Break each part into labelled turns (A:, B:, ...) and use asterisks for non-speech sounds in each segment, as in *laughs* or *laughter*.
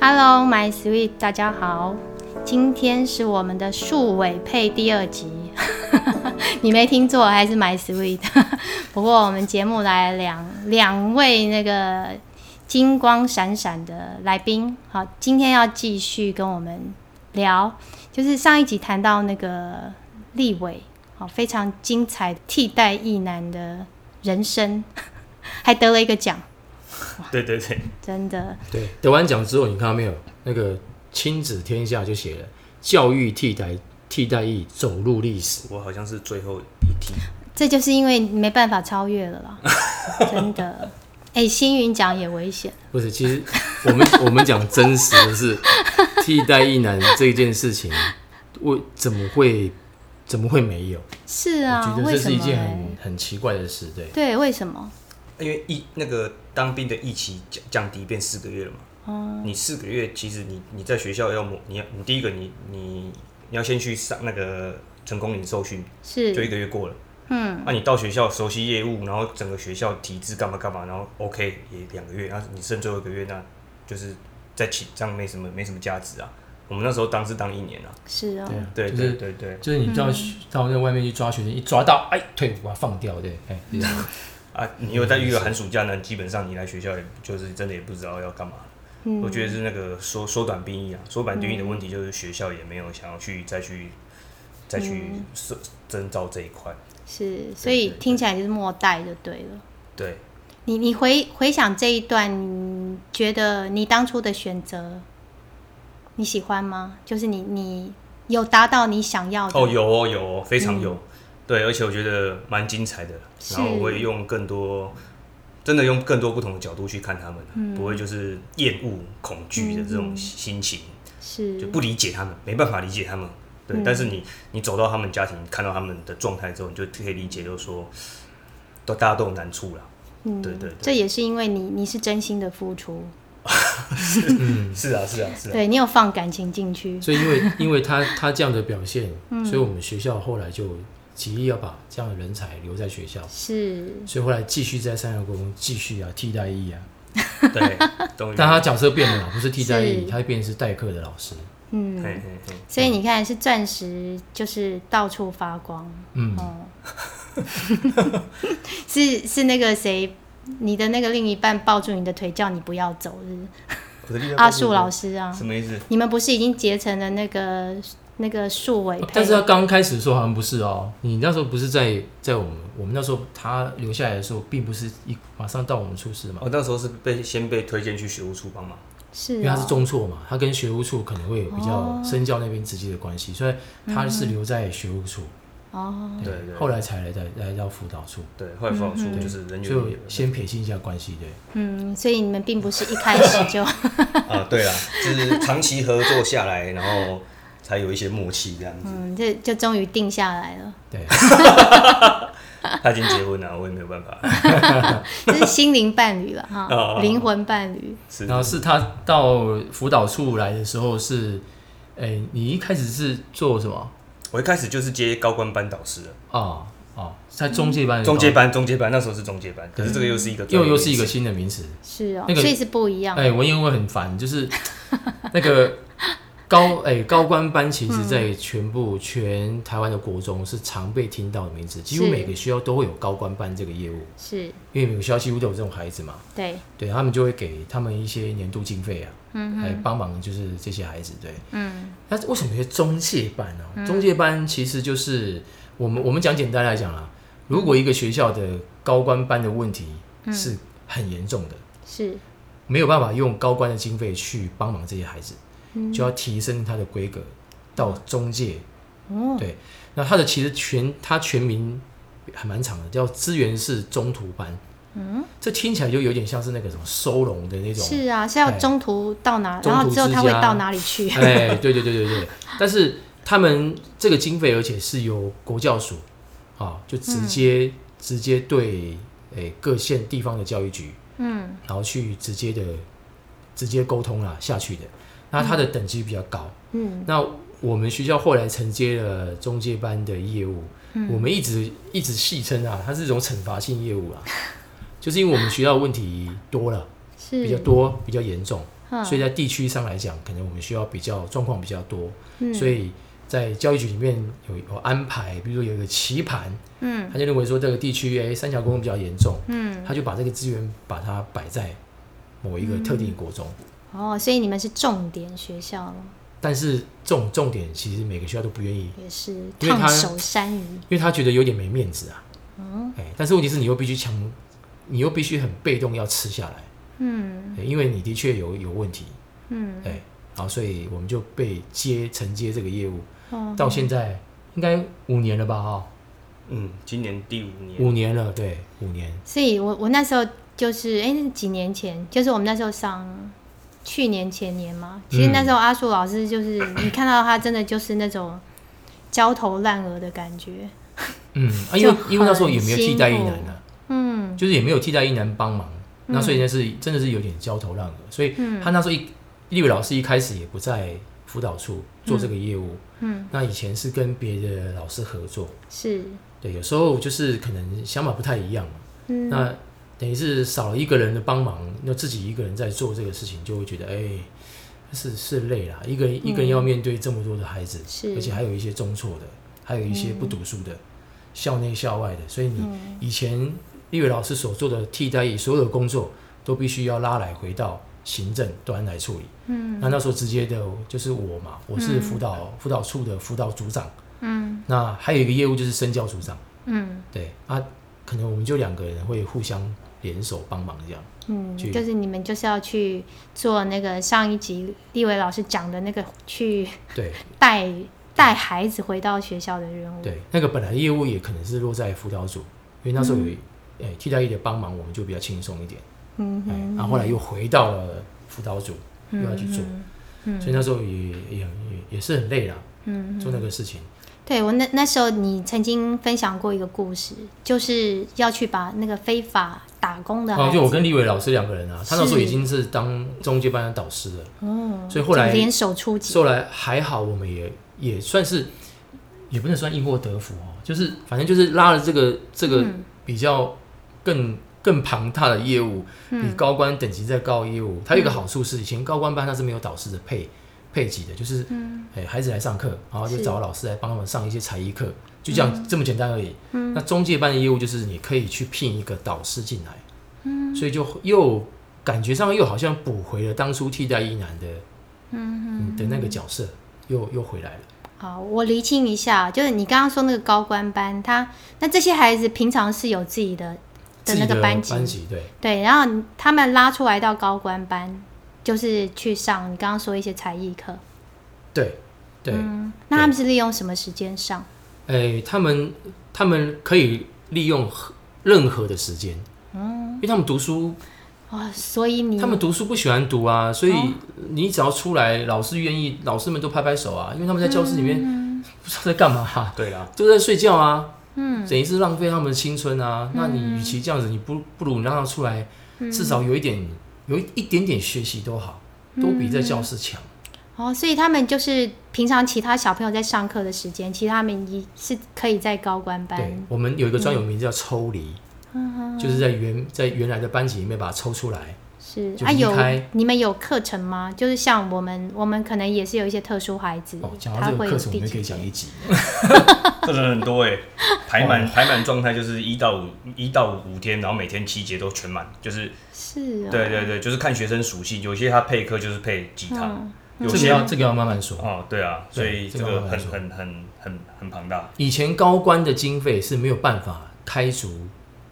A: Hello, my sweet，大家好，今天是我们的数尾配第二集， *laughs* 你没听错，还是 my sweet。不 *laughs* 过我们节目来了两两位那个金光闪闪的来宾，好，今天要继续跟我们聊，就是上一集谈到那个立伟，好，非常精彩替代役男的人生， *laughs* 还得了一个奖，
B: 对对对，
A: 真的。
C: 对，得完奖之后，你看到没有？那个亲子天下就写了教育替代替代役走入历史。
B: 我好像是最后一题，
A: 这就是因为没办法超越了
C: *laughs*
A: 啦，真的。哎、星云奖也危险，
C: 不是，其实我们 *laughs* 我们讲真实的是，替代役男这件事情，我怎么会怎么会没有？
A: 是
C: 我
A: 啊
C: 觉，得
A: 为
C: 这
A: 什么嗯
C: 是一
A: 嘞？
C: 件很很奇怪的事，对。
A: 对，为什么？
B: 因为疫那个当兵的疫期降降低变四个月了嘛。你四个月其实你你在学校要么你要你第一个你你你要先去上那个成功营受训，就一
A: 是
B: 个月过了。嗯，那、你到学校熟悉业务，然后整个学校体制干嘛干嘛，然后 OK 也两个月，然后你剩最后一个月，那就是在起这样没什么没什么价值啊。我们那时候当是当一年啊，
A: 是哦，
C: 啊
B: 对
C: 就是
B: 对对对
C: 就是你到到那外面去抓学生，一抓到，哎，退伍把他放掉，对，哎，
A: 嗯
C: 是这样
B: 啊，你又在遇到寒暑假呢，基本上你来学校也就是真的也不知道要干嘛。我觉得是那个缩缩短兵役啊，缩短兵役的问题就是学校也没有想要去再去再去设征召这一块。
A: 是，所以
B: 对对
A: 听起来就是末代就对了。
B: 对，
A: 你你回回想这一段，你觉得你当初的选择，你喜欢吗？就是你你有达到你想要的？
B: 哦，有哦有哦，非常有。对，而且我觉得蛮精彩的，
A: 是
B: 然后我会用更多，真的用更多不同的角度去看他们，啊不会就是厌恶、恐惧的这种心情。就是不理解他们，没办法理解他们。对，
A: 嗯
B: 但是你你走到他们家庭，看到他们的状态之后，你就可以理解，就是说，都大家都有难处啦。对对
A: 嗯这也是因为你你是真心的付出，
B: 对，是啊是啊 *laughs* 是啊，
A: 对你有放感情进去，
C: 所以因为因为他他这样的表现，
A: 嗯
C: 所以我们学校后来就极力要把这样的人才留在学校，
A: 是
C: 所以后来继续在三峡国中继续啊替代役啊，
B: 对，终于，
C: 但他角色变了啦，不是替代役，
A: 是哦
C: 他变成是代课的老师。
B: 嘿嘿嘿，
A: 所以你看，是钻石就是到处发光，
C: 嗯，
A: 哦， *laughs* 是是那个谁，你的那个另一半抱住你的腿叫你不要走，是不是
B: 我的力量
A: 阿树老师啊，
B: 什么意思？
A: 你们不是已经结成了那个那个树尾配？
C: 啊哦但是他刚开始的时候好像不是哦，你那时候不是在在我们我们那时候他留下来的时候，并不是一马上到我们处室嘛，
B: 我哦那时候是被先被推荐去学务处帮忙，
A: 是、哦，哦
C: 因为他是中辍嘛，他跟学务处可能会有比较身教那边直接的关系，所以他是
A: 嗯
C: 留在学务处，
A: 哦，
B: 对对
C: 后来才来在来到辅导处，
B: 对，后来辅导处就是人员
C: 就
B: *laughs*
C: 先撇清一下关系，对。
A: 嗯，所以你们并不是一开始
C: *laughs*
A: 就
B: 啊，对啦，就是长期合作下来，然后才有一些默契这样子。
A: 嗯，这就终于定下来了，
C: 对，
A: 嗯
B: 他已经结婚了，我也没有办法。
A: 这是心灵伴侣了
B: 哦
A: 哈，灵魂伴侣
B: 是
C: 然后是他到辅导处来的时候是，哎、你一开始是做什么
B: 我一开始就是接高官班导师的，
C: 啊？哦，在中介班的时候
B: 中介班中介班，那时候是中介班，可是这个又是一个
C: 又又是一个
B: 专有名词
C: 新的名词。
A: 是哦，
C: 那个
A: 所以是不一样的，
C: 哎、文言文很烦，就是
A: *laughs*
C: 那个高哎、高官班，其
A: 嗯
C: 实在全部全台湾的国中是常被听到的名字，几乎
A: 是
C: 每个学校都会有高官班这个业务，
A: 是
C: 因为每个学校几乎都有这种孩子嘛。
A: 对，
C: 对他们就会给他们一些年度经费啊，嗯，来帮忙就是这些孩子，对，嗯，那为什么有中介班呢、中介班其实就是我们我们讲简单来讲啊，如果一个学校的高官班的问题是很严重的，
A: 是
C: 没有办法用高官的经费去帮忙这些孩子，
A: 嗯
C: 就要提升它的规格到中介，
A: 哦
C: 对，那它的其实全它全名还蛮长的，叫资源式中途班。嗯，这听起来就有点像是那个什么收容的那种，
A: 是啊，是要
C: 哎
A: 中途到哪，
C: 中
A: 然后
C: 途
A: 之后
C: 之
A: 他会
C: 家
A: 到哪里去？
C: 哎，对对对对对。但是他们这个经费，而且是由国教署啊，就
A: 嗯
C: 直接、直接对哎各县地方的教育局，嗯，然后去直接的直接沟通啦下去的。那它的等级比较高，
A: 嗯，
C: 那我们学校后来承接了中介班的业务，
A: 嗯
C: 我们一直一直戏称啊，它是一种惩罚 *laughs* 性业务啦，就是因为我们学校的问题多了，比
A: *laughs*
C: 较
A: 是
C: 多，比较严重，所以在地区上来讲，可能我们需要比较状况比较多，所以在教育局里面有有安排，比如说有一个棋盘，嗯，他就认为说这个地区哎三峡国中比较严重，嗯，他就把这个资源把它摆在某一个特定国中，
A: 哦，所以你们是重点学校了，
C: 但是这种重点其实每个学校都不愿意，
A: 也是
C: 因为他
A: 烫手山芋。
C: 因为他觉得有点没面子啊，嗯，哎，但是问题是你又必须强，你又必须很被动要吃下来，嗯，因为你的确有有问题，嗯，哎，然后所以我们就被接承接这个业务，
A: 哦
C: 到现在应该五年了吧、哈，
B: 嗯，今年第五年，
C: 五年了，对，五年，
A: 所以我我那时候就是，哎、那几年前，就是我们那时候上去年前年嘛。其实那时候阿树老师就是，
C: 嗯
A: 你看到他真的就是那种焦头烂额的感觉。
C: 嗯，啊，因为
A: 就很
C: 因为那时候也没有替代一
A: 辛苦嗯
C: 男啊，嗯，就是也没有替代一男帮忙，那所以呢是真的是有点焦头烂额，所以他那时候一立伟老师一开始也不在辅导处做这个业务，嗯，那以前是跟别的老师合作，
A: 是，
C: 对，有时候就是可能想法不太一样嘛，
A: 嗯
C: 那等于是少了一个人的帮忙，那自己一个人在做这个事情，就会觉得哎、是是累啦，一个人一个人要面对这么多的孩子，
A: 是
C: 而且还有一些中辍的，还有一些不读书的，校内校外的，所以你以前立伟老师所做的替代役所有的工作，都必须要拉来回到行政端来处理。嗯，那那时候直接的就是我嘛，我是辅导、辅导处的辅导组长。嗯，那还有一个业务就是身教组长。
A: 嗯
C: 对啊，可能我们就两个人会互相联手帮忙这样。
A: 嗯，
C: 去
A: 就是你们就是要去做那个上一集立伟老师讲的那个去
C: 对
A: 带带孩子回到学校的任务。
C: 对，那个本来业务也可能是落在辅导组，因为那时候有呃、替代役的帮忙，我们就比较轻松一点。
A: 嗯
C: 哎，然后后来又回到了辅导组，又要去做，所以那时候也也也也是很累啦。嗯，做那个事情，
A: 对我那那时候，你曾经分享过一个故事，就是要去把那个非法打工的孩
C: 哦，
A: 子，
C: 就我跟立伟老师两个人啊，他那时候
A: 是
C: 已经是当中介班的导师了，哦，所以后来
A: 就联手出击，
C: 后来还好，我们也也算是，也不能算因祸得福哦，就是反正就是拉了这个这个比较更更庞大的业务，
A: 嗯
C: 比高官等级再高的业务，它有一个好处是，以前高官班它是没有导师的配配给的，就是哎、
A: 嗯
C: 孩子来上课，然后就是找老师来帮他们上一些才艺课，就这样、
A: 嗯
C: 这么简单而已。那中介班的业务就是你可以去聘一个导师进来，
A: 嗯
C: 所以就又感觉上又好像补回了当初替代一男的。嗯的那个角色又又回来了。
A: 好，我厘清一下，就是你刚刚说那个高官班，他那这些孩子平常是有自己的
C: 自己
A: 那个
C: 的
A: 班
C: 班
A: 级，
C: 对，
A: 对，然后他们拉出来到高官班，就是去上你刚刚说一些才艺课，
C: 对，对，
A: 嗯那他们是利用什么时间上？
C: 诶、哎他们他们可以利用何任何的时间，嗯，因为他们读书，
A: 哦，所以你
C: 他们读书不喜欢读啊，所以你只要出来，老师愿意，老师们都拍拍手啊，因为他们在教室里面不知道在干嘛、 *laughs*
B: 对啦，
C: 都在睡觉啊，嗯，等于是浪费他们的青春啊。那你与其这样子，你不不如你让他出来，至少有一点有一一点点学习都好，都比在教室强。
A: 哦，所以他们就是平常其他小朋友在上课的时间，其实他们也是可以在高官
C: 对
A: 班，
C: 我们有一个专有名字叫抽离，就是在原在原来的班级里面把它抽出来。
A: 是
C: 就
A: 啊，
C: 离
A: 有
C: 开
A: 你们有课程吗？就是像我们，我们可能也是有一些特殊孩子，
C: 哦，讲到
A: 他
C: 这
A: 会
C: 个
A: 有
C: 课程，我
A: 第
C: 们可以
A: 几
C: 讲一集。
B: 课程很多哎、排满排满状态就是一到五一到五天，然后每天七节都全满，就是
A: 是啊，
B: 对对对，就是看学生属性，有些他配课就是配吉他，
A: 嗯
B: 有
C: 这个
B: 些
C: 要这个要慢慢说。
B: 哦对啊，所以
C: 对
B: 这个
C: 这个
B: 很
C: 我
B: 很很很很庞大，
C: 以前高官的经费是没有办法开足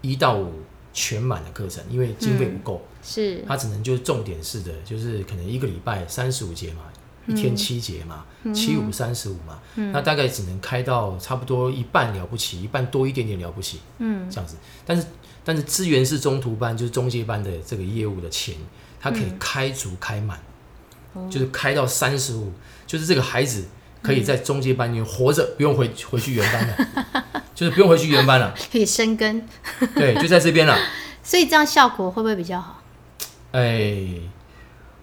C: 一到五全满的课程，因为经费不
A: 嗯
C: 够，
A: 是
C: 他只能就是重点式的，就是可能一个礼拜三十五节嘛，一天七节嘛，七五三十五嘛，那大概只能开到差不多一半了不起，一半多一点点了不起，嗯，这样子。但是但是资源是中途班，就是中介班的这个业务的钱，它可以开足开满，就是开到三十五，就是这个孩子可以在中介班里面活着，不用回回去原班了， *laughs* 就是不用回去原班了，
A: 可以生根，
C: 对，就在这边了。
A: 所以这样效果会不会比较好？
C: 哎、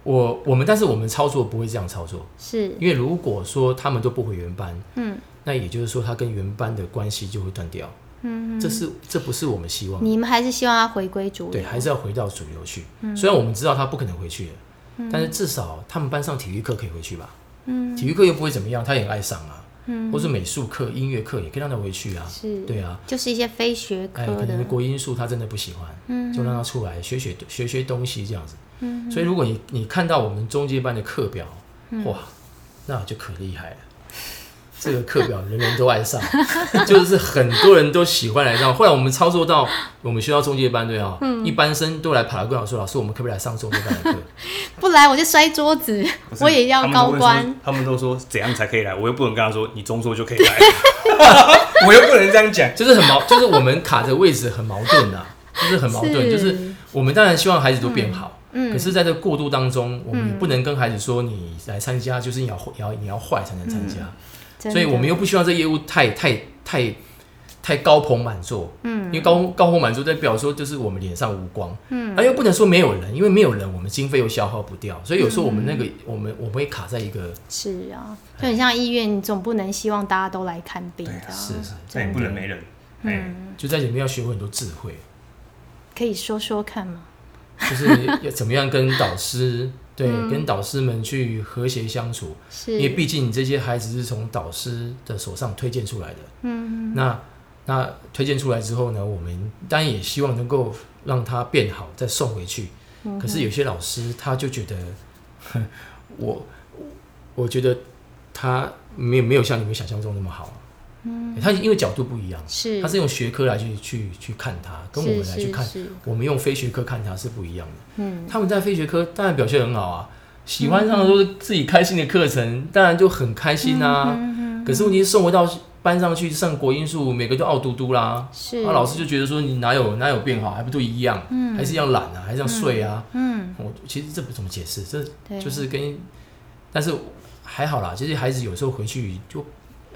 C: 我我们但是我们操作不会这样操作，
A: 是
C: 因为如果说他们都不回原班，嗯，那也就是说他跟原班的关系就会断掉，嗯，这是这不是我们希望的，
A: 你们还是希望他回归主
C: 哦对，
A: 流？
C: 嗯还是要回到主流去。虽然我们知道他不可能回去了，但是至少他们班上体育课可以回去吧，嗯，体育课又不会怎么样，他也很爱上啊，嗯，或是美术课、音乐课也可以让他回去啊，
A: 是，
C: 对啊，
A: 就是一些非学科
C: 哎，可能
A: 的，
C: 国音数他真的不喜欢，嗯，就让他出来学学学学东西这样子，嗯，所以如果你你看到我们中介班的课表，哇，那就可厉害了。这个课表人人都爱上， *laughs* 就是很多人都喜欢来上。后来我们操作到我们学校中介班对啊，一班生都来跑来跟我说：“老师，我们可不可以来上中介班的课？”
A: 不然我就摔桌子，
B: 不是
A: 我也要高官。
B: 他们都会说。他们都说怎样才可以来，我又不能跟他说你中说就可
A: *laughs*
B: 以来，我又不能这样讲。
C: 就是很矛，就是我们卡着位置很矛盾啊， *laughs* 就是很矛盾，
A: 是
C: 就是我们当然希望孩子都变好，
A: 嗯嗯
C: 可是在这个过渡当中，我们也不能跟孩子说你来参加就是你要你要你要坏才能参加，
A: 嗯真
C: 所以
A: 的
C: 我们又不希望这业务太太太太高朋满座，嗯，因为高高朋满座代表说就是我们脸上无光，嗯，啊又不能说没有人，因为没有人我们经费又消耗不掉，所以有时候我们
A: 嗯
C: 那个、我们我们会卡在一个
A: 是啊，就很像医院，你总不能希望大家都来看病的、
C: 啊是是，
B: 那也不能没人。哎，
A: 嗯
C: 就在里面要学会很多智慧，
A: 可以说说看吗？
C: 就是要怎么样跟
A: *laughs*
C: 导师对，跟导师们去和谐相处，因为
A: 嗯是，
C: 毕竟你这些孩子是从导师的手上推荐出来的。嗯，那那推荐出来之后呢，我们当然也希望能够让他变好，再送回去。
A: 嗯
C: 可是有些老师他就觉得， *laughs* 哼我我觉得他没有没有像你们想象中那么好。嗯，他因为角度不一样，
A: 是，
C: 他是用学科来去去去看他，跟我们来去看
A: 是是是
C: 我们用非学科看它是不一样的。
A: 嗯，
C: 他们在非学科当然表现很好啊，喜欢上的都是自己开心的课程，当然就很开心
A: 嗯
C: 啊。可是问题是送回到班上去上国英数，每个都傲嘟嘟啦。
A: 是
C: 啊，老师就觉得说你哪有哪有变好，还不都一样，还是一样懒啊，还是一样睡啊。
A: 嗯，
C: 我其实这不怎么解释，这
A: 对
C: 就是跟，但是还好啦，其实孩子有时候回去就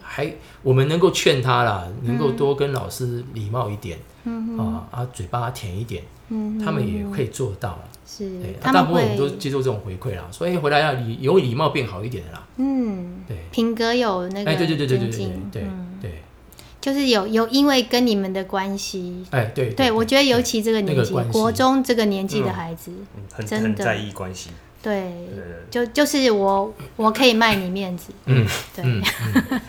C: 还我们能够劝他啦，能
A: 嗯
C: 够多跟老师礼貌一点，嗯啊啊，嘴巴甜一点，
A: 嗯，
C: 他们也可以做到啦。对
A: 是，，
C: 啊、
A: 他
C: 大部
A: 们
C: 分我们都
A: 会，
C: 接受这种回馈啦，所以回来要礼有礼貌变好一点的啦。
A: 嗯，
C: 对，
A: 品格有那个
C: 哎，对对对对对
A: 嗯尊
C: 对
A: 敬，
C: 对
A: 嗯
C: 对，
A: 就是有有因为跟你们的关系，
C: 哎对
A: 对我觉得尤其这个
C: 那
A: 年
C: 个
A: 纪，
C: 关系
A: 国中这个年纪的
B: 嗯
A: 孩子，
B: 嗯很
A: 真
B: 很
A: 的
B: 在意关系。
A: 对
B: 对，对
A: 就就是我我可以卖你面子，
C: 嗯
A: 对，
C: 嗯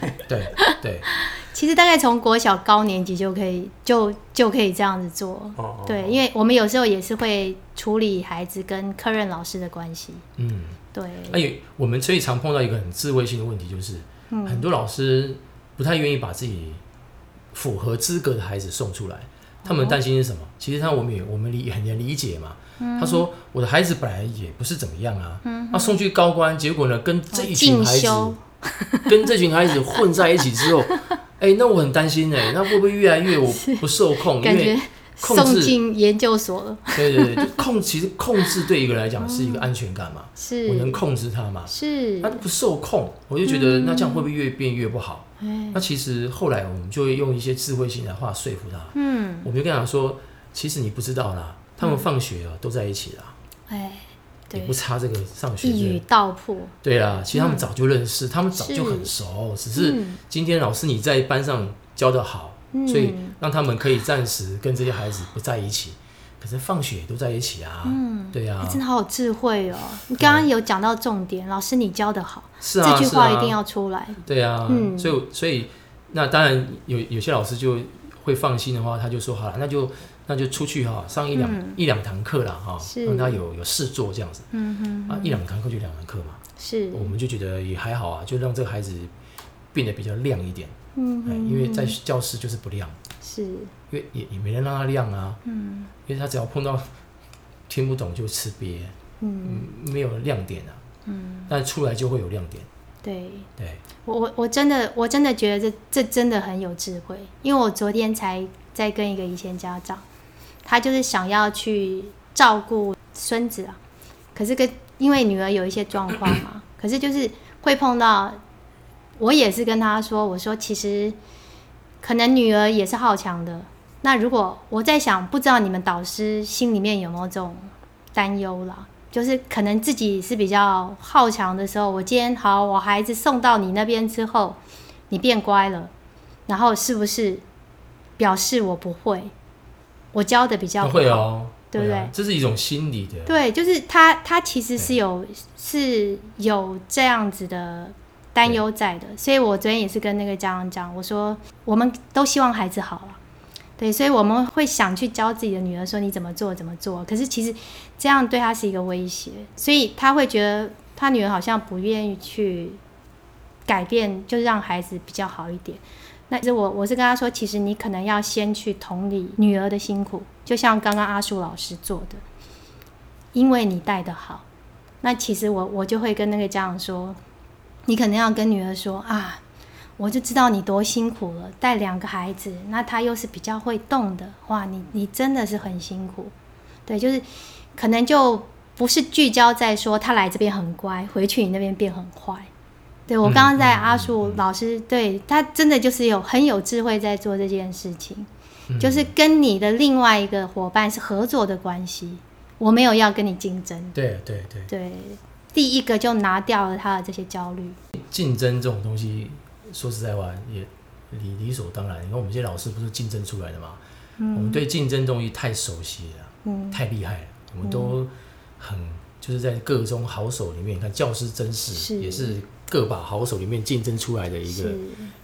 C: 嗯，对对，
A: *laughs* 其实大概从国小高年级就可以就就可以这样子做。
B: 哦哦
A: 对，因为我们有时候也是会处理孩子跟科任老师的关系。
C: 嗯，
A: 对，
C: 哎，有我们最常碰到一个很智慧性的问题，就是、
A: 嗯
C: 很多老师不太愿意把自己符合资格的孩子送出来。他
A: 哦
C: 们担心是什么？其实他我们也我们理很能理解嘛。
A: 嗯
C: 他说我的孩子本来也不是怎么样啊，他送去高官，结果呢跟这一群
A: 哦进
C: 孩子
A: 修，
C: *laughs* 跟这群孩子混在一起
A: *laughs*
C: 之后，哎、那我很担心哎、那会不会越来越我不受控？因
A: 感
C: 为
A: 觉
C: 控
A: 送
C: 制
A: 进研究所
C: *laughs*
A: 了。
C: 对对对，就控其实控制对一个人来讲是一个安全感嘛，我能
A: 哦是
C: 控制他嘛，
A: 是
C: 他，不受控，我就觉得
A: 嗯
C: 那这样会不会越变越不好？
A: 哎，
C: 那其实后来我们就会用一些智慧性的话说服他，
A: 嗯，
C: 我们就跟他讲说，其实你不知道啦，他们放学啊都在一起啦，
A: 哎，
C: 也
A: 对
C: 不，差这个上学
A: 一语
C: 这个。
A: 道破。
C: 对啦，其实他们早就认识，他们
A: 嗯
C: 早
A: 是
C: 就很熟，只是
A: 嗯
C: 今天老师你在班上教的好，
A: 嗯
C: 所以让他们可以暂时跟这些孩子不在一起，可是放学也都在一起啊。嗯，对
A: 哎
C: 啊，
A: 真的好有智慧哦！你刚刚有讲到重点，老师你教的好，
C: 嗯是啊，
A: 这句
C: 是
A: 话
C: 啊
A: 一定要出来。
C: 对啊，
A: 嗯
C: 所以所以那当然有有些老师就会放心的话，他就说好了，那就那就出去哈、上一两、一两堂课啦哈、
A: 是
C: 让他有有事做这样子。嗯哼，啊，一两堂课就两堂课嘛，
A: 是
C: 我们就觉得也还好啊，就让这个孩子变得比较亮一点。
A: 嗯
C: 哎因为在教室就是不亮，
A: 是，
C: 因为也也没人让他亮啊。嗯，因为他只要碰到听不懂就吃瘪，嗯，没有亮点啊。嗯，但出来就会有亮点。
A: 对，
C: 对，
A: 我我我真的我真的觉得这这真的很有智慧，因为我昨天才在跟一个以前家长，他就是想要去照顾孙子啊，可是跟因为女儿有一些状况嘛，可是就是会碰到，我也是跟他说，我说其实可能女儿也是好强的，那如果我在想，不知道你们导师心里面有没有这种担忧啦，就是可能自己是比较好强的时候，我今天好，我孩子送到你那边之后，你变乖了，然后是不是表示我不会，我教的比较
C: 那
A: 不好
C: 会哦，
A: 对不对？
C: 啊这是一种心理的，
A: 对，就是他他其实是有是有这样子的担忧在的，所以我昨天也是跟那个家长讲，我说我们都希望孩子好了。对，所以我们会想去教自己的女儿说你怎么做怎么做，可是其实这样对她是一个威胁，所以她会觉得她女儿好像不愿意去改变，就让孩子比较好一点。那其实我我是跟她说，其实你可能要先去同理女儿的辛苦，就像刚刚阿树老师做的，因为你带的好，那其实我我就会跟那个家长说，你可能要跟女儿说啊。我就知道你多辛苦了，带两个孩子，那他又是比较会动的，哇，你你真的是很辛苦，对，就是可能就不是聚焦在说他来这边很乖，回去你那边变很坏。对我刚刚在阿树老师，对他真的就是有很有智慧在做这件事情，就是跟你的另外一个伙伴是合作的关系，我没有要跟你竞争，
C: 对对对，
A: 对，第一个就拿掉了他的这些焦虑，
C: 竞争这种东西。说实在话，也理理所当然。你看我们这些老师不是竞争出来的嘛？嗯、我们对竞争东西太熟悉了，嗯、太厉害了，我们都很、嗯、就是在各中好手里面，你看教师真是也是各把好手里面竞争出来的一个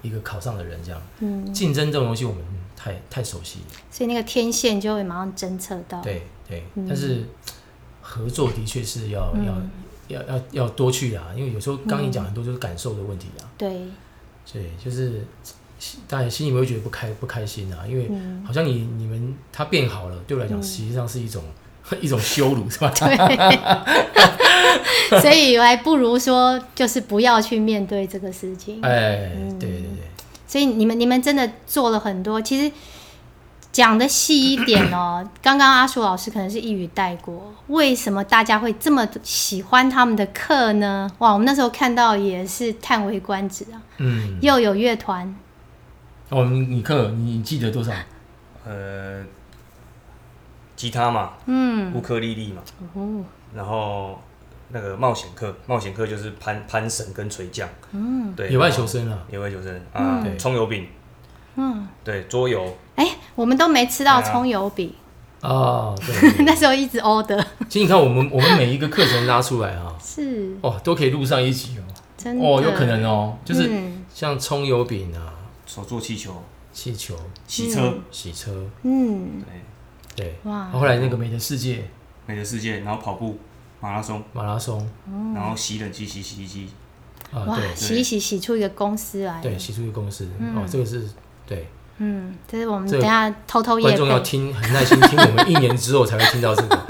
C: 一个考上的人，这样。竞争这种东西我们太太熟悉了，
A: 所以那个天线就会马上侦测到。
C: 对对，但是
A: 嗯
C: 合作的确是要要要要要多去啊，因为有时候刚你
A: 嗯
C: 讲很多就是感受的问题啊。
A: 对。
C: 对，就是当然心里面会觉得不开不开心啊，因为
A: 嗯
C: 好像你你们他变好了，对我来讲，实际上是一种、嗯、一种羞辱，是吧？ *laughs*
A: 对，所以还不如说，就是不要去面对这个事情。
C: 哎，嗯、对对对。
A: 所以你们你们真的做了很多，其实讲的细一点
C: *coughs*
A: 哦，刚刚阿树老师可能是一语带过，为什么大家会这么喜欢他们的课呢？哇，我们那时候看到也是叹为观止啊。
C: 嗯，
A: 又有乐团。
C: 哦，你你课你记得多少？
B: 呃，吉他嘛，
A: 嗯，
B: 乌克丽丽嘛，
A: 哦，
B: 然后那个冒险课，冒险课就是攀攀绳跟垂降，
A: 嗯，
B: 对，
C: 野外求生啊，
B: 野外求生啊，
C: 嗯
B: 葱油饼，
A: 嗯，
B: 对，桌游，
A: 哎，我们都没吃到
C: 啊
A: 葱油饼， *laughs*
C: 哦，对，对 *laughs*
A: 那时候一直 order，
C: 其实你看我们我们每一个课程拉出来啊，
A: 是，
C: 哇，都可以录上一集哦。
A: 真的
C: 哦，有可能哦，就是
A: 嗯
C: 像葱油饼啊、
B: 手做气球，
C: 气球、
B: 骑车，
C: 洗车，
A: 嗯，
B: 对，
C: 对，啊
A: 哇
C: 后来那个美的世界
B: 美的世界，然后跑步马拉松，
C: 马拉松
A: 嗯
B: 然后洗冷气，洗洗衣机，
C: 啊，
A: 哇，
C: 对
A: 洗一洗洗出一个公司来，
C: 对，洗出一个公司哦，这个是对
A: 嗯，这是我们
C: 这
A: 等一下偷偷夜
C: 观众要
A: 配，
C: 听，很耐心听，我们一年之后才会听到这个。 *laughs*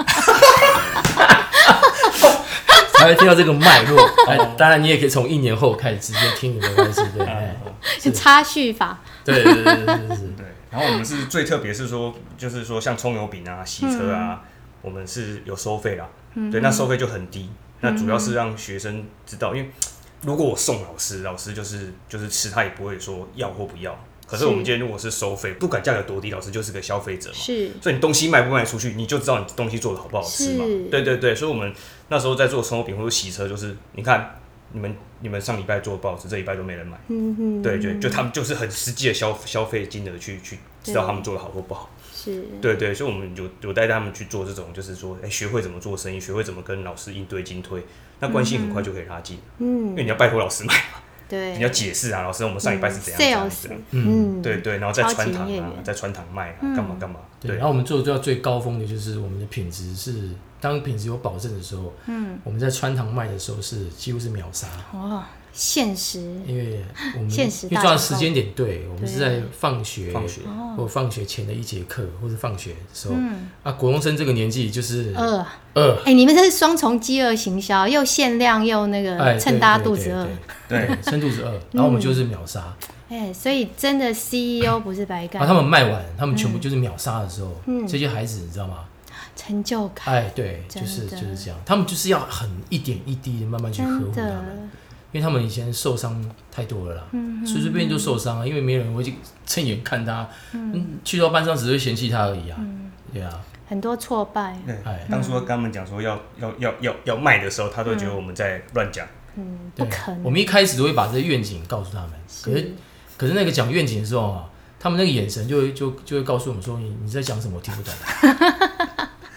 C: 才会听到这个脉络，哎，当然你也可以从一年后开始直接听，也没关系，对，哎
A: 是插叙法，
C: 对对对对对对对，
B: 对，然后我们是最特别是说，就是说像葱油饼啊、洗车啊，我们是有收费啦，对，那收费就很低，那主要是让学生知道，因为如果我送老师，老师就是就是吃，他也不会说要或不要。可是我们
A: 是
B: 今天如果是收费，不管价格多低，老师就是个消费者嘛，
A: 是
B: 所以你东西卖不卖出去，你就知道你东西做的好不好吃嘛
A: 是。
B: 对对对，所以我们那时候在做葱油饼或者洗车，就是你看你们你们上礼拜做报纸，这礼拜都没人买，
A: 嗯嗯，
B: 对对，就他们就是很实际的消消费金额去去知道他们做的好或不好。
A: 是，
B: 对对，所以我们有有带他们去做这种，就是说，哎，学会怎么做生意，学会怎么跟老师应对进退，那关系很快就可以拉近，因为
A: 嗯，
B: 你要拜托老师买，
A: 对，
B: 你要解释啊，老师，我们上礼拜是怎样怎样怎
A: sales，
B: 样，
A: 嗯，
B: 对，对，然后再
A: 超级
B: 穿堂
A: 业
B: 啊
A: 余，
B: 再穿堂卖啊，干嘛干嘛，
C: 对，
B: 对
C: 然后我们做到最高峰的就是我们的品质是，当品质有保证的时候，
A: 嗯，
C: 我们在穿堂卖的时候是几乎是秒杀，
A: 哇，现实，
C: 因为我们
A: 限时
C: 因为
A: 大
C: 抓的
A: 折扣
C: 时间点对，我们是在放学
B: 放学
C: 或放学前的一节课，或者放学的时候、
A: 哦嗯，
C: 啊，国中生这个年纪就是
A: 饿，
C: 饿，
A: 哎，你们这是双重饥饿行销，又限量又那
C: 哎，
A: 个呃趁大家肚
C: 对
A: 子饿，，嗯
C: 对对对，趁
A: *laughs*
C: 肚子饿，然后我们就是秒杀，
A: 哎，所以真的 CEO 不是白
C: 啊然后他
A: 干，
C: 们卖完，他们全部就是秒杀的时候，
A: 嗯
C: 这些孩子你知道吗？
A: 成就感，
C: 哎，对，就是
A: 真的
C: 就是这样，他们就是要很一点一滴的慢慢去呵
A: 真
C: 护他
A: 的
C: 们。，因为他们以前受伤太多了啦，
A: 嗯
C: 随随便便就受伤啊，因为没有人会去正眼看他，嗯，去到班上只会嫌弃他而已啊，
A: 嗯
C: 对啊，
A: 很多挫败，
B: 对
C: 哎，
B: 当初跟他们讲说要要要要要卖的时候，他都觉得我们在乱讲，
A: 嗯，不
C: 对啊
A: 可
C: 我
A: 能，
C: 们一开始都会把这愿景告诉他们，可是可是那个讲愿景的时候
A: *laughs*
C: 啊，他们那个眼神就会就就会告诉我们说你你在讲什么，我听不懂。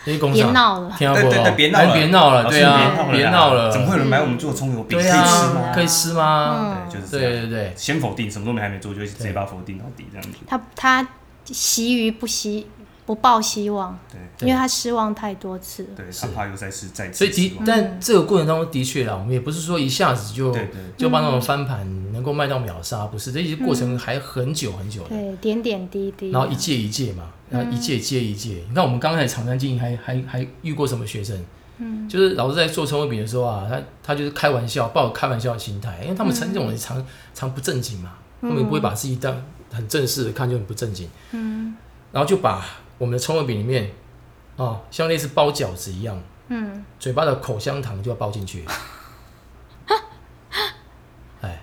C: 这些工
A: 别
C: 厂，
A: 闹了，
C: 听到
B: 对对
C: 不？
B: 对别闹了
C: 哎别闹了，
B: 老师
C: 对啊，
B: 别
C: 别
B: 闹
C: 闹
B: 了
C: 了
B: 啦，怎么会有人买我们做葱油饼？可以
C: 对
B: 吃
C: 啊，
B: 吗？
C: 可以吃吗？
A: 嗯
B: 对，就是这
C: 对
B: 样。
C: 对对，
B: 先否定，什么都没还没做，就直接把它否定到底这样子。
A: 他他习于不希不抱希望，
B: 对
A: 因为他失望太多次了。
B: 对，
C: 是
B: 他怕又再次再次
C: 所以
B: 失
C: 的，
B: 望
C: 但这个过程当中的确啦，我们也不是说一下子就
B: 对对
C: 就帮他们翻盘，能够卖到秒杀，不是，这些过程还很久很久的。
A: 对，点点滴滴。
C: 然后一届一届嘛，然后一届接一届。你看我们刚才厂商经营还还还遇过什么学生？嗯，就是老师在做葱油饼的时候啊，他他就是开玩笑，抱开玩笑的心态，因为他们常这种人常常不正经嘛，他们也不会把自己当很正式的看，就很不正经。嗯，然后就把我们的葱油饼里面，哦，像类似包饺子一样，嗯，嘴巴的口香糖就要包进去。哎，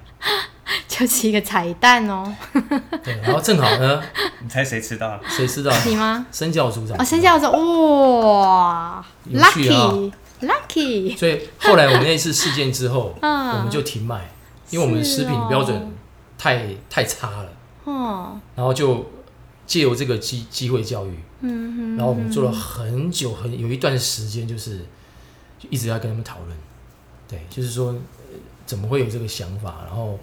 A: 就是一个彩蛋哦，
C: 对，然后正好呢，
B: 你猜谁吃到了？
C: 谁知道
A: 你
B: *laughs*
A: 吗？
C: 身教组长
A: 哦，生肖说哇
C: 有趣啊
A: ，lucky lucky，
C: 所以后来我们那次事件之后， *laughs*
A: 嗯
C: 我们就停卖，因为我们的食品标准太、太差了，
A: 哦，
C: 然后就借由这个机机会教育，嗯然后我们做了很久很有一段时间，就是就一直在跟他们讨论，对，就是说、呃怎么会有这个想法，然后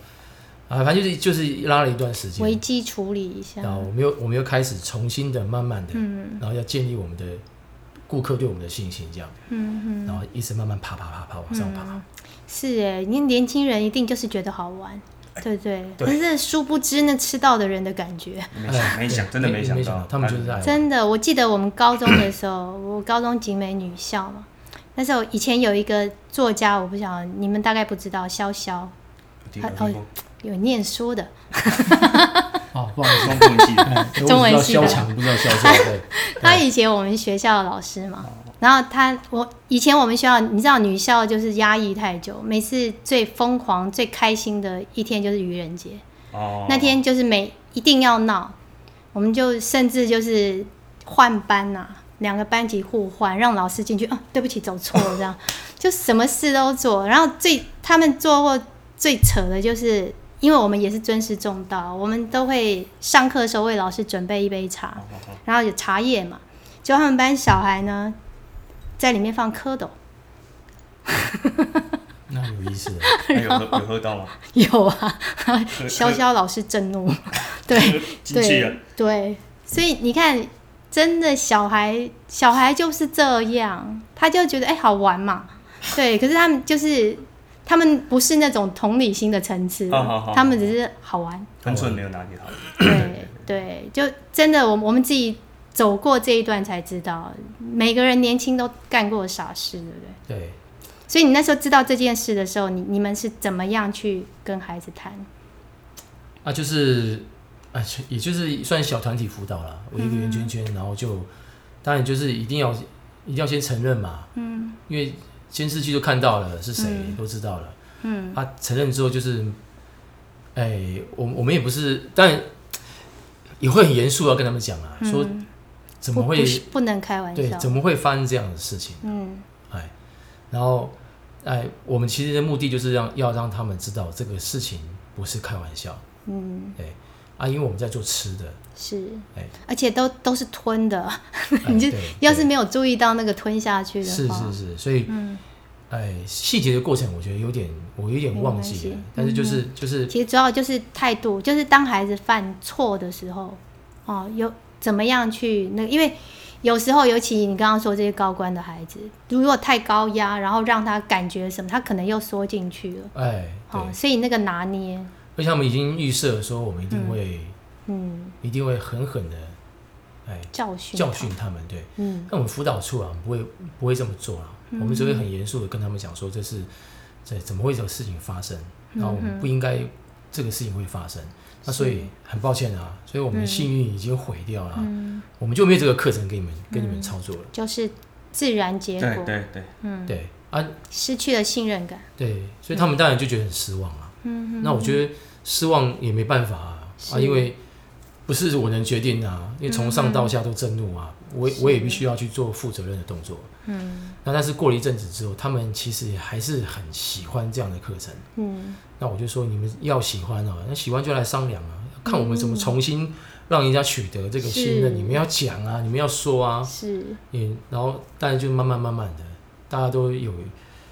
C: 啊，反正就是就是拉了一段时间，
A: 危机处理一下
C: 然，后我们又我们又开始重新的、慢慢的，然后要建立我们的顾客对我们的信心，这样，嗯然后一直慢慢爬爬爬爬往上爬，
A: 是哎，那年轻人一定就是觉得好玩，对不对？
B: 哎对
A: 但是殊不知那吃到的人的感觉，
B: 没想，没想，真的
C: 哎没
B: 没想
C: 没想
B: 到
C: 到，他们就是在
A: 真的，我记得我们高中的时候，我高中景美女校嘛，那时候以前有一个作家，我不晓得你们大概不知道，潇潇
B: 他
A: 他有念书的，
C: 哦，不好
A: *laughs*
C: 意思，
B: 双重系的，
C: 我只知道
A: 中文系的
C: 萧强不知道萧强，对，
A: 他以前我们学校的老师嘛，然后他我以前我们学校，你知道女校就是压抑太久，每次最疯狂、最开心的一天就是愚人节，
B: 哦，
A: 那天就是每一定要闹，我们就甚至就是换班呐、两个班级互换，让老师进去。啊，对不起，走错了，这样 *laughs* 就什么事都做。然后最他们做过最扯的就是，因为我们也是尊师重道，我们都会上课的时候为老师准备一杯茶， *laughs* 然后有茶叶嘛。结果他们班小孩呢，在里面放蝌蚪， *laughs*
C: 那有意思了，
B: 那哎有喝有喝到吗？
A: 有啊，
B: 蝌
A: *laughs* 潇潇老师震怒， *laughs* 对。
B: 进去了
A: 对，对，所以你看，真的小孩小孩就是这样，他就觉得哎、好玩嘛，对。可是他们就是他们不是那种同理心的层次，
B: 啊好好好
A: 他们只是好玩。
B: 分寸没有拿捏好。 *coughs*
A: 对对，就真的我们我们自己走过这一段才知道，每个人年轻都干过傻事，对不对？
C: 对，
A: 所以你那时候知道这件事的时候，你你们是怎么样去跟孩子谈？
C: 啊，就是啊，就也就是算小团体辅导啦，我一个圆圈圈，然后就当然就是一定要一定要先承认嘛，嗯，因为监视器就看到了是谁，都知道了，嗯，啊，承认之后就是，哎，我我们也不是，当然也会很严肃要跟他们讲啊，说怎
A: 嗯
C: 么
A: 不
C: 会
A: 不是不能开玩
C: 对
A: 笑？
C: 怎么会发生这样的事情？
A: 嗯
C: 哎，然后哎，我们其实的目的就是让要让他们知道这个事情不是开玩笑，
A: 嗯，
C: 哎啊，因为我们在做吃的，
A: 是。
C: 哎，
A: 而且都都是吞的，
C: 哎
A: *laughs* 你就
C: 对
A: 要是没有注意到那个吞下去
C: 对
A: 的话，
C: 是是是，所以、
A: 嗯
C: 哎，细节的过程我觉得有点我有点忘记
A: 没关
C: 了
A: 系，嗯
C: 但是就是就是
A: 其实主要就是态度，就是当孩子犯错的时候，哦，有怎么样去那个，因为有时候尤其你刚刚说这些高官的孩子，如果太高压，然后让他感觉什么，他可能又缩进去了，
C: 哎，对，
A: 哦，所以那个拿捏，
C: 而且他们已经预设说我们一定会、
A: 嗯，
C: 一定会狠狠的哎
A: 教训
C: 教训他们，对。
A: 嗯，
C: 那我们辅导处啊，不会不会这么做啊，我们只会很严肃的跟他们讲说，这是这怎么会有事情发生，然后我们不应该这个事情会发生。那所以很抱歉啊，所以我们的幸运已经毁掉了啊，我们就没有这个课程给你们给你们操作了。
A: 就是自然结
B: 对
A: 果，
B: 对对，
C: 对啊，
A: 失去了信任感，
C: 对，所以他们当然就觉得很失望啊。嗯，那我觉得失望也没办法啊，啊，
A: 是
C: 因为不是我能决定啊，因为从上到下都震怒啊，我也我也必须要去做负责任的动作。嗯，那但是过了一阵子之后，他们其实也还是很喜欢这样的课程。
A: 嗯，
C: 哦那我就说你们要喜欢啊，那喜欢就来商量啊，看我们怎么重新让人家取得这个信任，
A: 是
C: 你们要讲啊，你们要说啊，
A: 是
C: 嗯，然后当然就慢慢慢慢的，大家都有，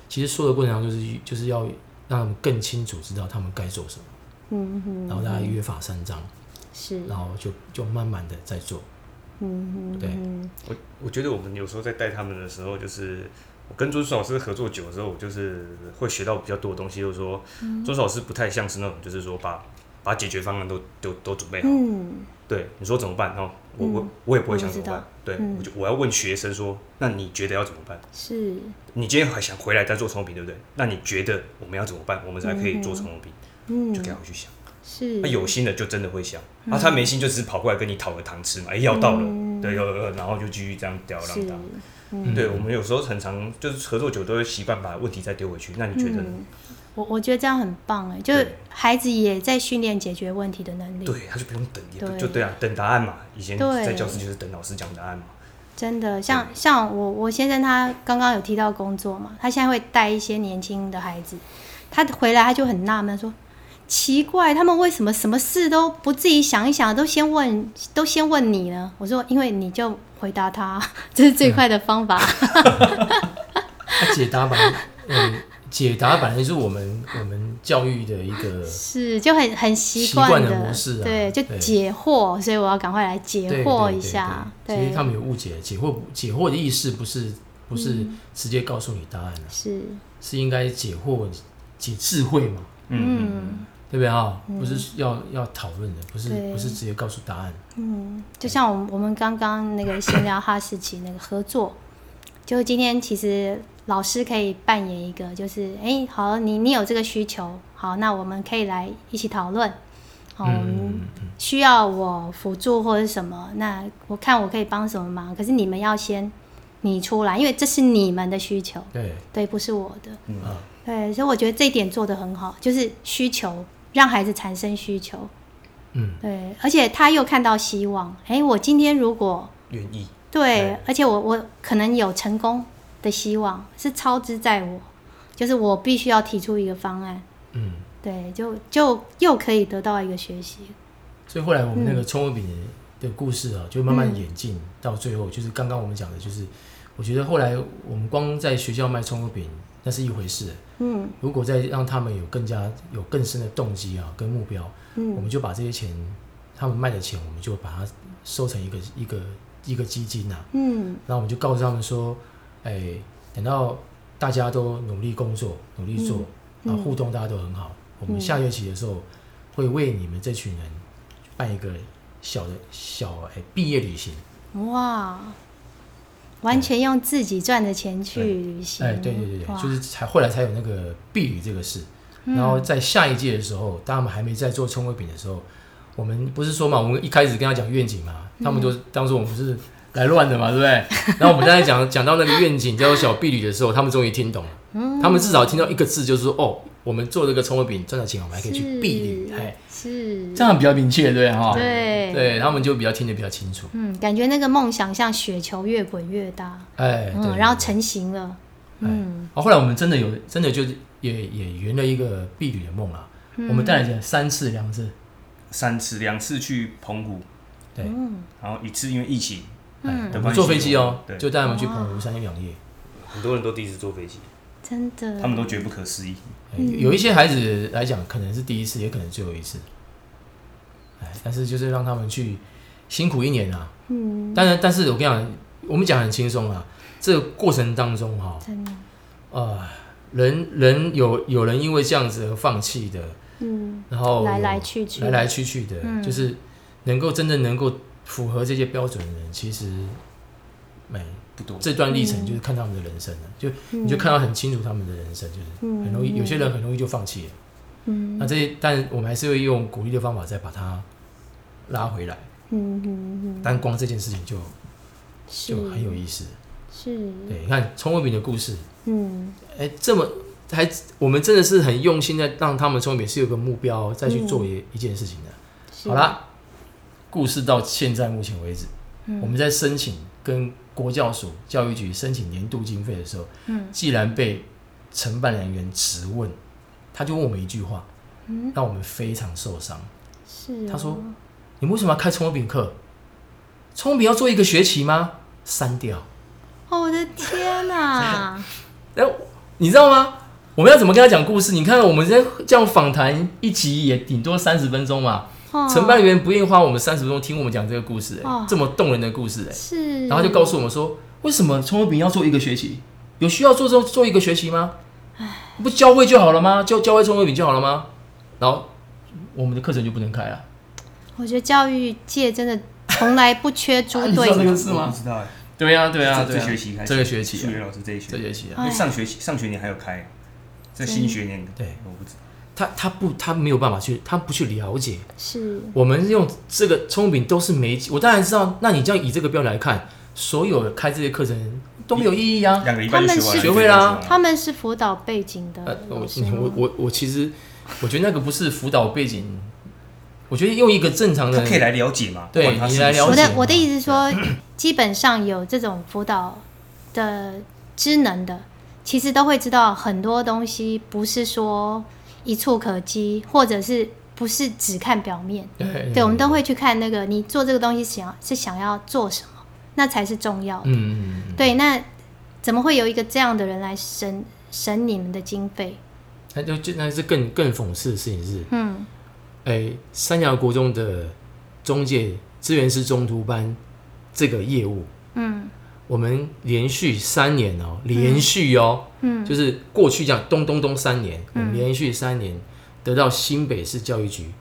C: 其实说的过程当中就是就是要让他们更清楚知道他们该做什么，
A: 嗯哼，
C: 然后大家约法三章，
A: 是
C: 然后就就慢慢的在做，
A: 嗯哼，
C: 对
A: 嗯
B: 我我觉得我们有时候在带他们的时候，就是我跟朱叔老师合作久了之后，我就是会学到比较多的东西，就是说，
A: 嗯
B: 朱叔老师不太像是那种，就是说把把解决方案都都都准备好，
A: 嗯
B: 对你说怎么办，然后我、我
A: 嗯
B: 我也不会想
A: 我知
B: 怎么办
A: 道，
B: 对、
A: 嗯
B: 我就我要问学生说，那你觉得要怎么办？
A: 是
B: 你今天还想回来再做重品，对不对？那你觉得我们要怎么办，我们才可以做重品？
A: 嗯
B: 就给他回去想。
A: 是
B: 他有心的就真的会想，啊，他没心就只是跑过来跟你讨个糖吃嘛，哎，要到了，对，有有，有然后就继续这样吊儿郎
A: 嗯是
B: 当。
A: 嗯
B: 对，我们有时候很常就是合作久都会习惯把问题再丢回去。那你觉得呢？
A: 嗯我我觉得这样很棒哎，就是
B: 对
A: 孩子也在训练解决问题的能力，
B: 对，他就不用等，也不
A: 对
B: 就对啊，等答案嘛。以前
A: 对
B: 在教室就是等老师讲答案嘛。
A: 真的，像像我我先生他刚刚有提到工作嘛，他现在会带一些年轻的孩子，他回来他就很纳闷说，奇怪他们为什么什么事都不自己想一想，都先问都先问你呢？我说因为你就回答他， *laughs* 这是
B: 嗯
A: 最快的方法。
C: 那解答本来，嗯，解答本来就是我们我们教育的一个
A: 是，就很很习
C: 习
A: 惯
C: 惯
A: 的，
C: 的模式啊
A: 对，就
C: 对
A: 解惑，所以我要赶快来解
C: 对
A: 惑
C: 对
A: 一
C: 对
A: 下。
C: 对其实他们有误解，解惑解惑的意思不是不是
A: 嗯
C: 直接告诉你答案啊，
A: 是，
C: 是应该解惑解智慧嘛，
A: 嗯
C: 对不对啊？不是要要讨论的，不是
A: 对
C: 不是直接告诉答案。
A: 嗯，就像我们我们刚刚那个闲聊哈士奇那个合作，就今天其实老师可以扮演一个，就是哎、诶好，你你有这个需求，好，那我们可以来一起讨论。好，
C: 嗯
A: 我们需要我辅助或者什么，那我看我可以帮什么忙。可是你们要先你出来，因为这是你们的需求，
C: 对，
A: 对，不是我的。
B: 嗯
C: 啊
A: 对，所以我觉得这一点做得很好，就是需求，让孩子产生需求。
C: 嗯，
A: 对，而且他又看到希望。哎，我今天如果
B: 愿意，
A: 对
B: 对，
A: 而且我我可能有成功的希望，是超之在我，就是我必须要提出一个方案。
C: 嗯，
A: 对，就就又可以得到一个学习。
C: 所以后来我们那个葱油饼的故事
A: 嗯
C: 啊，就慢慢演进到最后，就是刚刚我们讲的，就是我觉得后来我们光在学校卖葱油饼那是一回事，
A: 嗯
C: 如果再让他们有更加有更深的动机啊，跟目标，我
A: 嗯
C: 们就把这些钱，他们卖的钱，我们就把它收成一个一个一个基金呐、啊。
A: 嗯
C: 然后我们就告诉他们说，哎、等到大家都努力工作，努力做，
A: 嗯
C: 啊，互动大家都很好，我们下学期的时候会为你们这群人办一个小的小哎毕、业旅行。
A: 哇，完全用自己赚的钱去旅行。
C: 哎、对对对对，
A: 哇嗯
C: 就是才后来才有那个避旅这个事。然后在下一届的时候，当他们还没在做葱油饼的时候，我们不是说嘛，我们一开始跟他讲愿景嘛，他
A: 嗯
C: 们就当时我们不是来乱的嘛，对不对？然后我们刚才讲讲到那个愿景叫做小避旅的时候，他们终于听懂了，
A: 嗯
C: 他们至少听到一个字，就是说哦，我们做这个葱油饼赚了钱，我们还可以去避旅，
A: 是
C: 哎，
A: 是，
C: 这样比较明确，对不对哈？
A: 对
C: 对，他们就比较听得比较清楚，
A: 嗯，感觉那个梦想像雪球越滚越大，
C: 哎，对
A: 嗯，然后成型了，嗯，
C: 哦，后来我们真的有，真的就是也也圆了一个避旅的梦啦。
A: 嗯
C: 我们带了三次两次，
B: 三次两次去澎湖，
C: 对，
A: 哦
B: 然后一次因为疫情，哎
C: 嗯
B: 的关
C: 我们
B: 系
C: 坐飞机哦
B: 对，
C: 就带他们去澎湖三天两夜。
B: 很多人都第一次坐飞机，
A: 真的，
B: 他们都觉得不可思议。
C: 哎
A: 嗯
C: 有一些孩子来讲，可能是第一次，也可能最后一次。哎，但是就是让他们去辛苦一年啊。
A: 嗯，
C: 当然，但是我跟你讲，我们讲很轻松啊。这个过程当中哈、
A: 真的，
C: 啊、人人有有人因为这样子而放弃的，
A: 嗯，
C: 然后
A: 来
C: 哦有
A: 来去去
C: 来来去去的，
A: 嗯
C: 就是能够真正能够符合这些标准的人，其实没
B: 不多，
C: 这段历
A: 嗯
C: 程就是看他们的人生了，啊就你就看到很清楚他们的人生，就是很容易，有些人很容易就放弃了。
A: 嗯
C: 那这些，但我们还是会用鼓励的方法再把它拉回来。
A: 嗯嗯，嗯
C: 但光这件事情就是就很有意思。
A: 是，
C: 对，你看葱油饼的故事，
A: 嗯
C: 哎，这么还我们真的是很用心在让他们聪明，是有个目标再
A: 嗯
C: 去做一一件事情的。
A: 是
C: 好啦，故事到现在目前为止，
A: 嗯
C: 我们在申请跟国教署教育局申请年度经费的时候，
A: 嗯，
C: 既然被承办人员质问，他就问我们一句话，
A: 嗯
C: 让我们非常受伤。
A: 是哦，
C: 他说你们为什么要开葱油饼课？葱油饼要做一个学期吗？删掉。
A: 哦，我的天啊哪、
C: *laughs* 哎，你知道吗？我们要怎么跟他讲故事？你看，我们这样这样访谈一集也顶多三十分钟嘛。
A: 哦
C: 承办人员不愿意花我们三十分钟听我们讲这个故事、哎、
A: 哦
C: 这么动人的故事、哎，
A: 是，
C: 然后就告诉我们说，为什么葱油饼要做一个学期？有需要做这做一个学期吗？不教会就好了吗？教教会葱油饼就好了吗？然后我们的课程就不能开了。
A: 我觉得教育界真的从来不缺猪
C: 你知道
A: 队
C: 这
A: 友
C: 个。是吗
B: 我不知道哎，
C: 对呀、对呀、
B: 这
C: 对
B: 这
C: 啊
B: 学期开始，
C: 这个学期、
B: 数学
C: 啊，
B: 老师这一学
C: 这学期啊，
A: 哎
B: 因为上学期上学年还有开，这新学年
C: 对，
B: 我不知道。
C: 他他不他没有办法去，他不去了解。
A: 是，
C: 我们用这个聪明都是没，我当然知道。那你这样以这个标来看，所有开这些课程都没有意义啊。
B: 两个礼拜就
A: 他
B: 学
A: 们
B: 完
A: 是
B: 了，
C: 学会啦
A: 他们是辅导背景的
C: 呃，我
A: 老师吗
C: 我我我其实我觉得那个不是辅导背景，我觉得用一个正常
B: 他
C: 的
B: 可以来了解嘛？
C: 对
B: 不管他是不是
C: 你来了
A: 我
C: 解
A: 的我的意思是说， *clears throat* 基本上有这种辅导的职能的，其实都会知道很多东西不是说一触可及，或者是不是只看表面。
C: 对嗯
A: 对，我们都会去看那个你做这个东西想是想要做什么，那才是重要的。
C: 嗯嗯，
A: 对，那怎么会有一个这样的人来审审你们的经费？
C: 那就就那是更更讽刺的事情是，
A: 嗯，
C: 哎，三峡国中的中介资源师中途班这个业务，
A: 嗯，
C: 我们连续三年哦，连续哦，嗯，就是过去这样咚咚咚三年，我们连续三年得到新北市教育局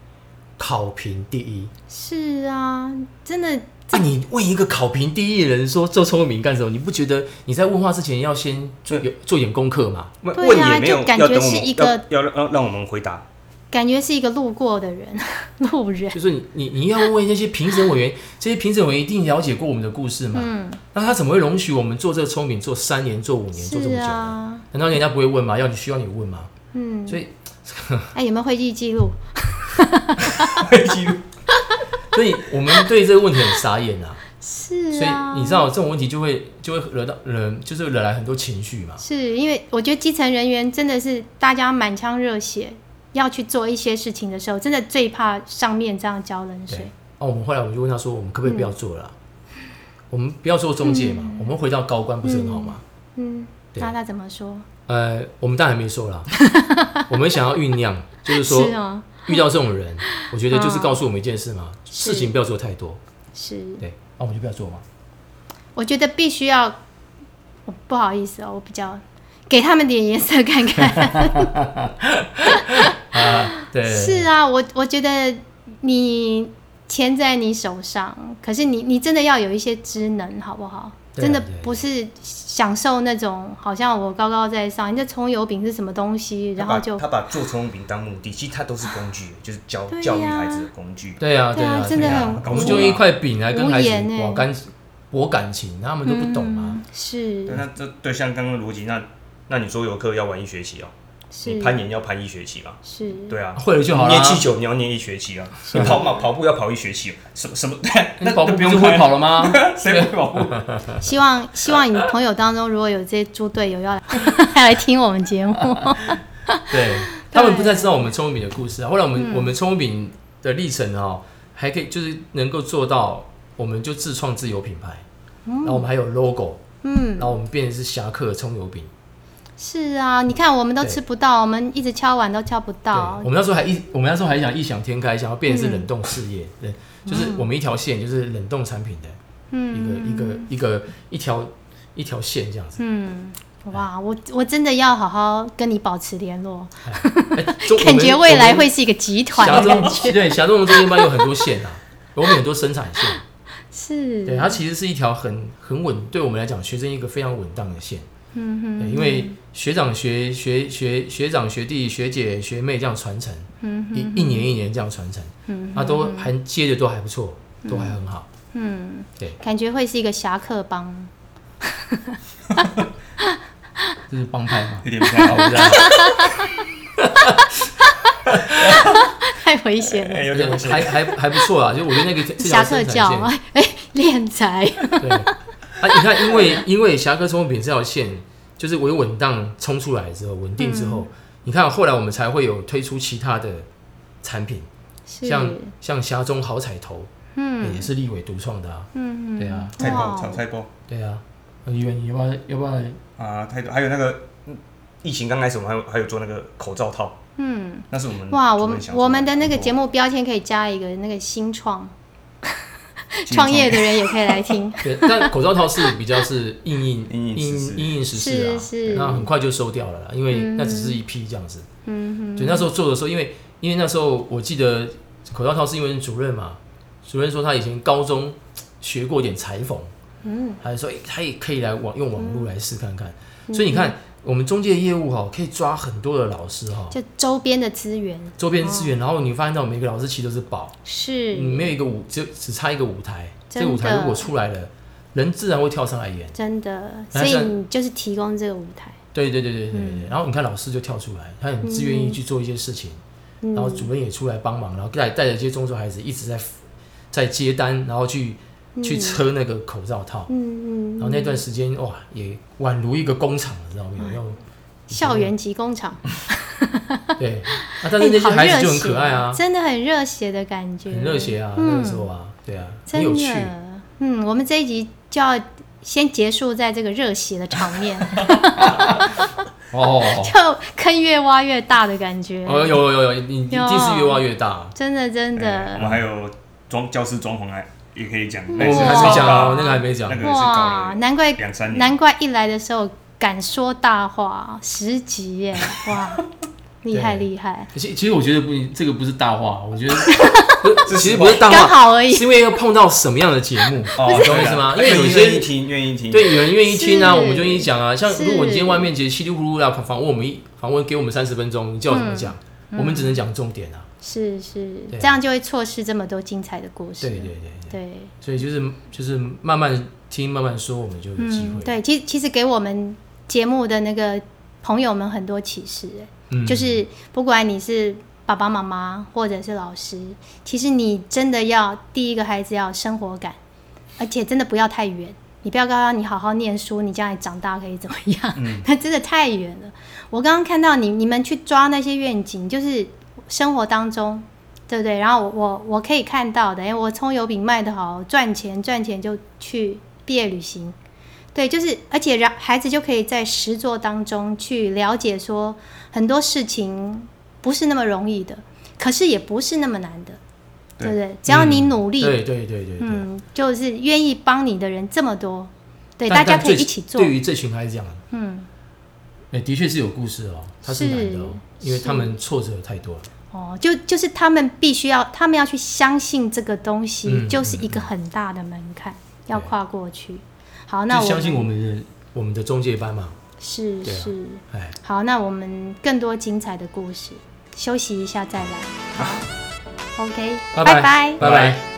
C: 考评第一。
A: 是啊，真的
C: 啊，你问一个考评第一的人说做聪明干什么？你不觉得你在问话之前要先做有做点功课吗？
B: 问
A: 对啊
B: 问也没有
A: 就感
B: 要
A: 觉
B: 等我
A: 是
B: 们
A: 一个
B: 要要让让我们回答，
A: 感觉是一个路过的人， *laughs* 路人。
C: 就是你你你要问那些评审委员，这些评审委员一定了解过我们的故事嘛？
A: 嗯
C: 那他怎么会容许我们做这个聪明做三年、做五年、做这么
A: 是
C: 久呢？
A: 啊，
C: 难道人家不会问吗？要你需要你问吗？
A: 嗯，
C: 所以
A: 哎，有没有会议记录？
C: 所以我们对这个问题很傻眼啊！
A: 是
C: 所
A: 啊，
C: 以你知道这种问题就会就会惹到惹就是惹来很多情绪嘛？
A: 是因为我觉得基层人员真的是大家满腔热血要去做一些事情的时候，真的最怕上面这样浇冷
C: 对
A: 水。，
C: 哦，我们后来我们就问他说，我们可不可以不
A: 嗯
C: 要做了啊、我们不要做中介嘛，我们回到高官不是很好吗？
A: 嗯，
C: 对
A: 那他怎么说？
C: 呃，我们当然没
A: *laughs*
C: 说啦，我们想要酝酿，就是说
A: 是哦，
C: 遇到这种
A: *laughs*
C: 人，我觉得就是
A: 嗯
C: 告诉我们一件事嘛，事情不要做太多，
A: 是，
C: 对，哦那、我们就不要做嘛。
A: 我觉得必须要，我不好意思哦，我比较给他们点颜色看看。
C: 啊，对，
A: 是啊，我我觉得你钱在你手上，可是你你真的要有一些职能，好不好？
C: 对啊
A: 真的
C: 对啊
A: 不是享受那种好像我高高在上，你这葱油饼是什么东西， *laughs* 然
B: 他
A: 后
B: 把
A: 就
B: 他把做葱油饼当目的，其实他都是工具，就是教
A: 对呀
B: 教育孩子的工具。
C: 对啊，
A: 对啊
C: 啊，
A: 真的
C: 对啊
A: 很
C: 我们
B: 无
C: 就用一块饼来跟
A: 无
C: 孩子
A: 言欸
C: 博感博感情，他们都不懂啊。
A: 嗯是
B: 对，那这对像刚刚的逻辑，那那你桌游课要玩一学期哦，
A: 是嗯
B: 你攀岩要攀一学期嘛？
A: 是，
B: 对啊，
C: 会了就好啦
B: 你念气球你要念一学期啊，你跑马跑步要跑一学期哦，什么什 *laughs* 么？
C: 那
B: 那
C: 你跑步
B: 那
C: 不
B: 不
C: 就
B: 用
C: 会
B: 拍
C: 跑了 *laughs* 吗？
B: 谁不会跑步？
A: 希望希望你朋友当中如果有这些猪队友要来来听我们节目，
C: 对，他们不太知道我们聪明的故事啊。后来我
A: 嗯
C: 们、我们聪明的历程哦，还可以就是能够做到，我们就自创自有品牌，然后我们还有 logo，
A: 嗯，
C: 然后我们变成是侠客葱油饼。
A: 是啊，你看我们都
C: 对
A: 吃不到，我们一直敲碗都敲不
C: 对，
A: 到嗯
C: 我，们那时候还一，我们那时候还想异想天开，想要变成是冷冻事业，对，就是我们一条线就是冷冻产品的一个、一个一个一条一条线这样子。
A: 嗯，哇，我我真的要好好跟你保持联络，
C: 哎中
A: 感觉未来会
C: 我
A: 是一个集
C: 们
A: 团
C: 侠
A: 的
C: 中
A: 感觉。
C: 对侠中的中间班有很多线啊，我们有很多
A: *laughs*
C: 生产线。
A: 是，
C: 对，啊它其实是一条很很稳，对我们来讲，学生一个非常稳当的线。
A: 嗯哼，
C: 对，因为学长学学学学长学弟学姐学妹这样传承，
A: 嗯
C: 一一年一年这样传承，嗯，啊，都还接的都还不错，都还很好。
A: 嗯，
C: 对，
A: 感觉会是一个侠客
C: *laughs*
A: 帮。
C: 这是帮派嘛
B: *laughs* ，有点不太好，
C: 不是啊
A: 太危险了，
B: 哎 *laughs* 有点危
C: 还
B: 险。
C: 还还不错啊，就我觉
A: *laughs*
C: 得那个这条
A: 侠客
C: 生产
A: 教
C: 线，
A: 哎哎，敛财，
C: 对，啊，你看，因为因为侠客冲锋饼这条线就是维稳当冲出
A: 嗯
C: 来之后，稳定之后，你看后来我们才会有推出其他的产品，
A: 是
C: *laughs* 像像峡中好彩头，嗯，也是立委独创的啊，
A: 嗯，
C: 对啊，
B: 菜包
A: 哇
B: 炒菜包
C: 对啊，呃议员你要不要要不要？
B: 啊，太多，还有那个嗯疫情刚开始，我们还有还有做那个口罩套，嗯，那是我们
A: 哇，我们我们的那个节
B: 目
A: 目标签可以加一个那个新创， *laughs* 创业的人也可以来
C: *laughs*
A: 听。
C: 对，但口罩套是比较是应应
B: 因应时
C: 应
B: 事
C: 应应时事啊，
A: 是是
C: 那很快就收掉了啦，因为
A: 嗯
C: 那只是一批这样子。嗯对，那时候做的时候，因为因为那时候我记得口罩套是因为主任嘛，主任说他以前高中学过一点裁缝，嗯，还说、诶他也可以来网用网络来试看看。
A: 嗯
C: 所以你看，我们中介业务哈、可以抓很多的老师哈、
A: 就周边的资源
C: 周边资源，然后你发现到每个老师其实都是宝，
A: 哦是、
C: 你没有一个舞，只有只差一个舞台，这
A: 真的
C: 个舞台如果出来了，人自然会跳上来演。
A: 真的，
C: 然
A: 所
C: 后
A: 以
C: 像
A: 你就是提供这个舞台，
C: 对对对对对对
A: 嗯
C: 对。然后你看老师就跳出来，他很自愿意去做一些事情，
A: 嗯
C: 然后主任也出来帮忙，然后带带着这些中小孩子一直在在接单，然后去去车那个口罩套。
A: 嗯嗯嗯，
C: 然后那段时间哇，也宛如一个工厂，你知道吗？有
A: *laughs*
C: 用
A: 校园级工厂，哎
C: 对，啊，但是那些
A: 好
C: 孩子
A: 热
C: 就很
A: 血，
C: 可爱啊，
A: 真的很热血的感觉，
C: 很热血啊，那个时候啊，对啊，很
A: 真
C: 有趣。
A: 的，嗯，我们这一集就要先结束在这个热血的场面，
C: *laughs* 哦，
A: 就坑越挖越大的感觉，
C: 哦，有有有有，你你
A: 有
C: 第一次越挖越 *laughs* 大。哦
A: 真的真
B: 哎我
A: 的，
B: 们还有装教室装潢还也可以讲，
C: 我
B: 那个是
C: 还没
B: 超
C: 讲
B: 大
C: 哦，那个还没讲
B: 那。个是搞
A: 哇，
B: 了
A: 难怪
B: 两三
A: 难
B: 年，
A: 怪一来的时候敢说大话，十集
C: *laughs*
A: 耶，哇，厉害
C: 对
A: 厉害，
C: 其实其实我觉得不，这个不是大话，我觉得
B: 这是
C: *laughs* 其实不是大
A: 刚
C: 话，
A: 好而已。
C: *laughs* 是因为要碰到什么样的节目，
B: *laughs* 哦
C: 你懂我意思吗？因为有
B: 愿意
C: 些
B: 听，愿意听，
C: 对有人愿意听啊，
A: 是
C: 我们就愿意讲啊。像
A: 是
C: 如果你今天外面其实稀里糊涂啦访问我们一访问给我们三十分钟，你叫我怎么讲？
A: 嗯
C: 我们只能讲重点啊。
A: 是是，
C: 对
A: 这样就会错失这么多精彩的故事。
C: 对对对，
A: 对
C: 所以就是就是慢慢听慢慢说，我们就有机
A: 嗯，
C: 会。
A: 对，其实其实给我们节目的那个朋友们很多启示，哎
C: 嗯
A: 就是不管你是爸爸妈妈或者是老师，其实你真的要第一个孩子要有生活感，而且真的不要太远。你不要告诉他你好好念书，你将来长大可以怎么样？
C: 嗯
A: *laughs* 那、真的太远了。我刚刚看到你你们去抓那些愿景，就是生活当中，对不对？然后我我我可以看到的，哎，我葱油饼卖得好，赚钱赚钱就去毕业旅行，对，就是而且让孩子就可以在实作当中去了解说很多事情不是那么容易的，可是也不是那么难的，对
B: 对
A: 不对？只要你努力，
C: 对对对对对。
A: 嗯，就是愿意帮你的人这么多，对，
C: 但
A: 大家
C: 但
A: 可以
C: 最
A: 一起做，
C: 对于这群孩子讲，嗯，哎、的确是有故事哦，他是
A: 是
C: 难的哦，因为他们挫折太多了。
A: 哦，就就是他们必须要，他们要去相信这个东西，
C: 嗯
A: 就是一个很大的门槛、要跨过去。好，那
C: 就
A: 我
C: 相信
A: 们
C: 我们的我们的中介班嘛，
A: 是
C: 对啊
A: 是、
C: 哎，
A: 好，那我们更多精彩的故事，休息一下再来。好，OK，
C: 啊拜
A: 拜
C: 拜拜。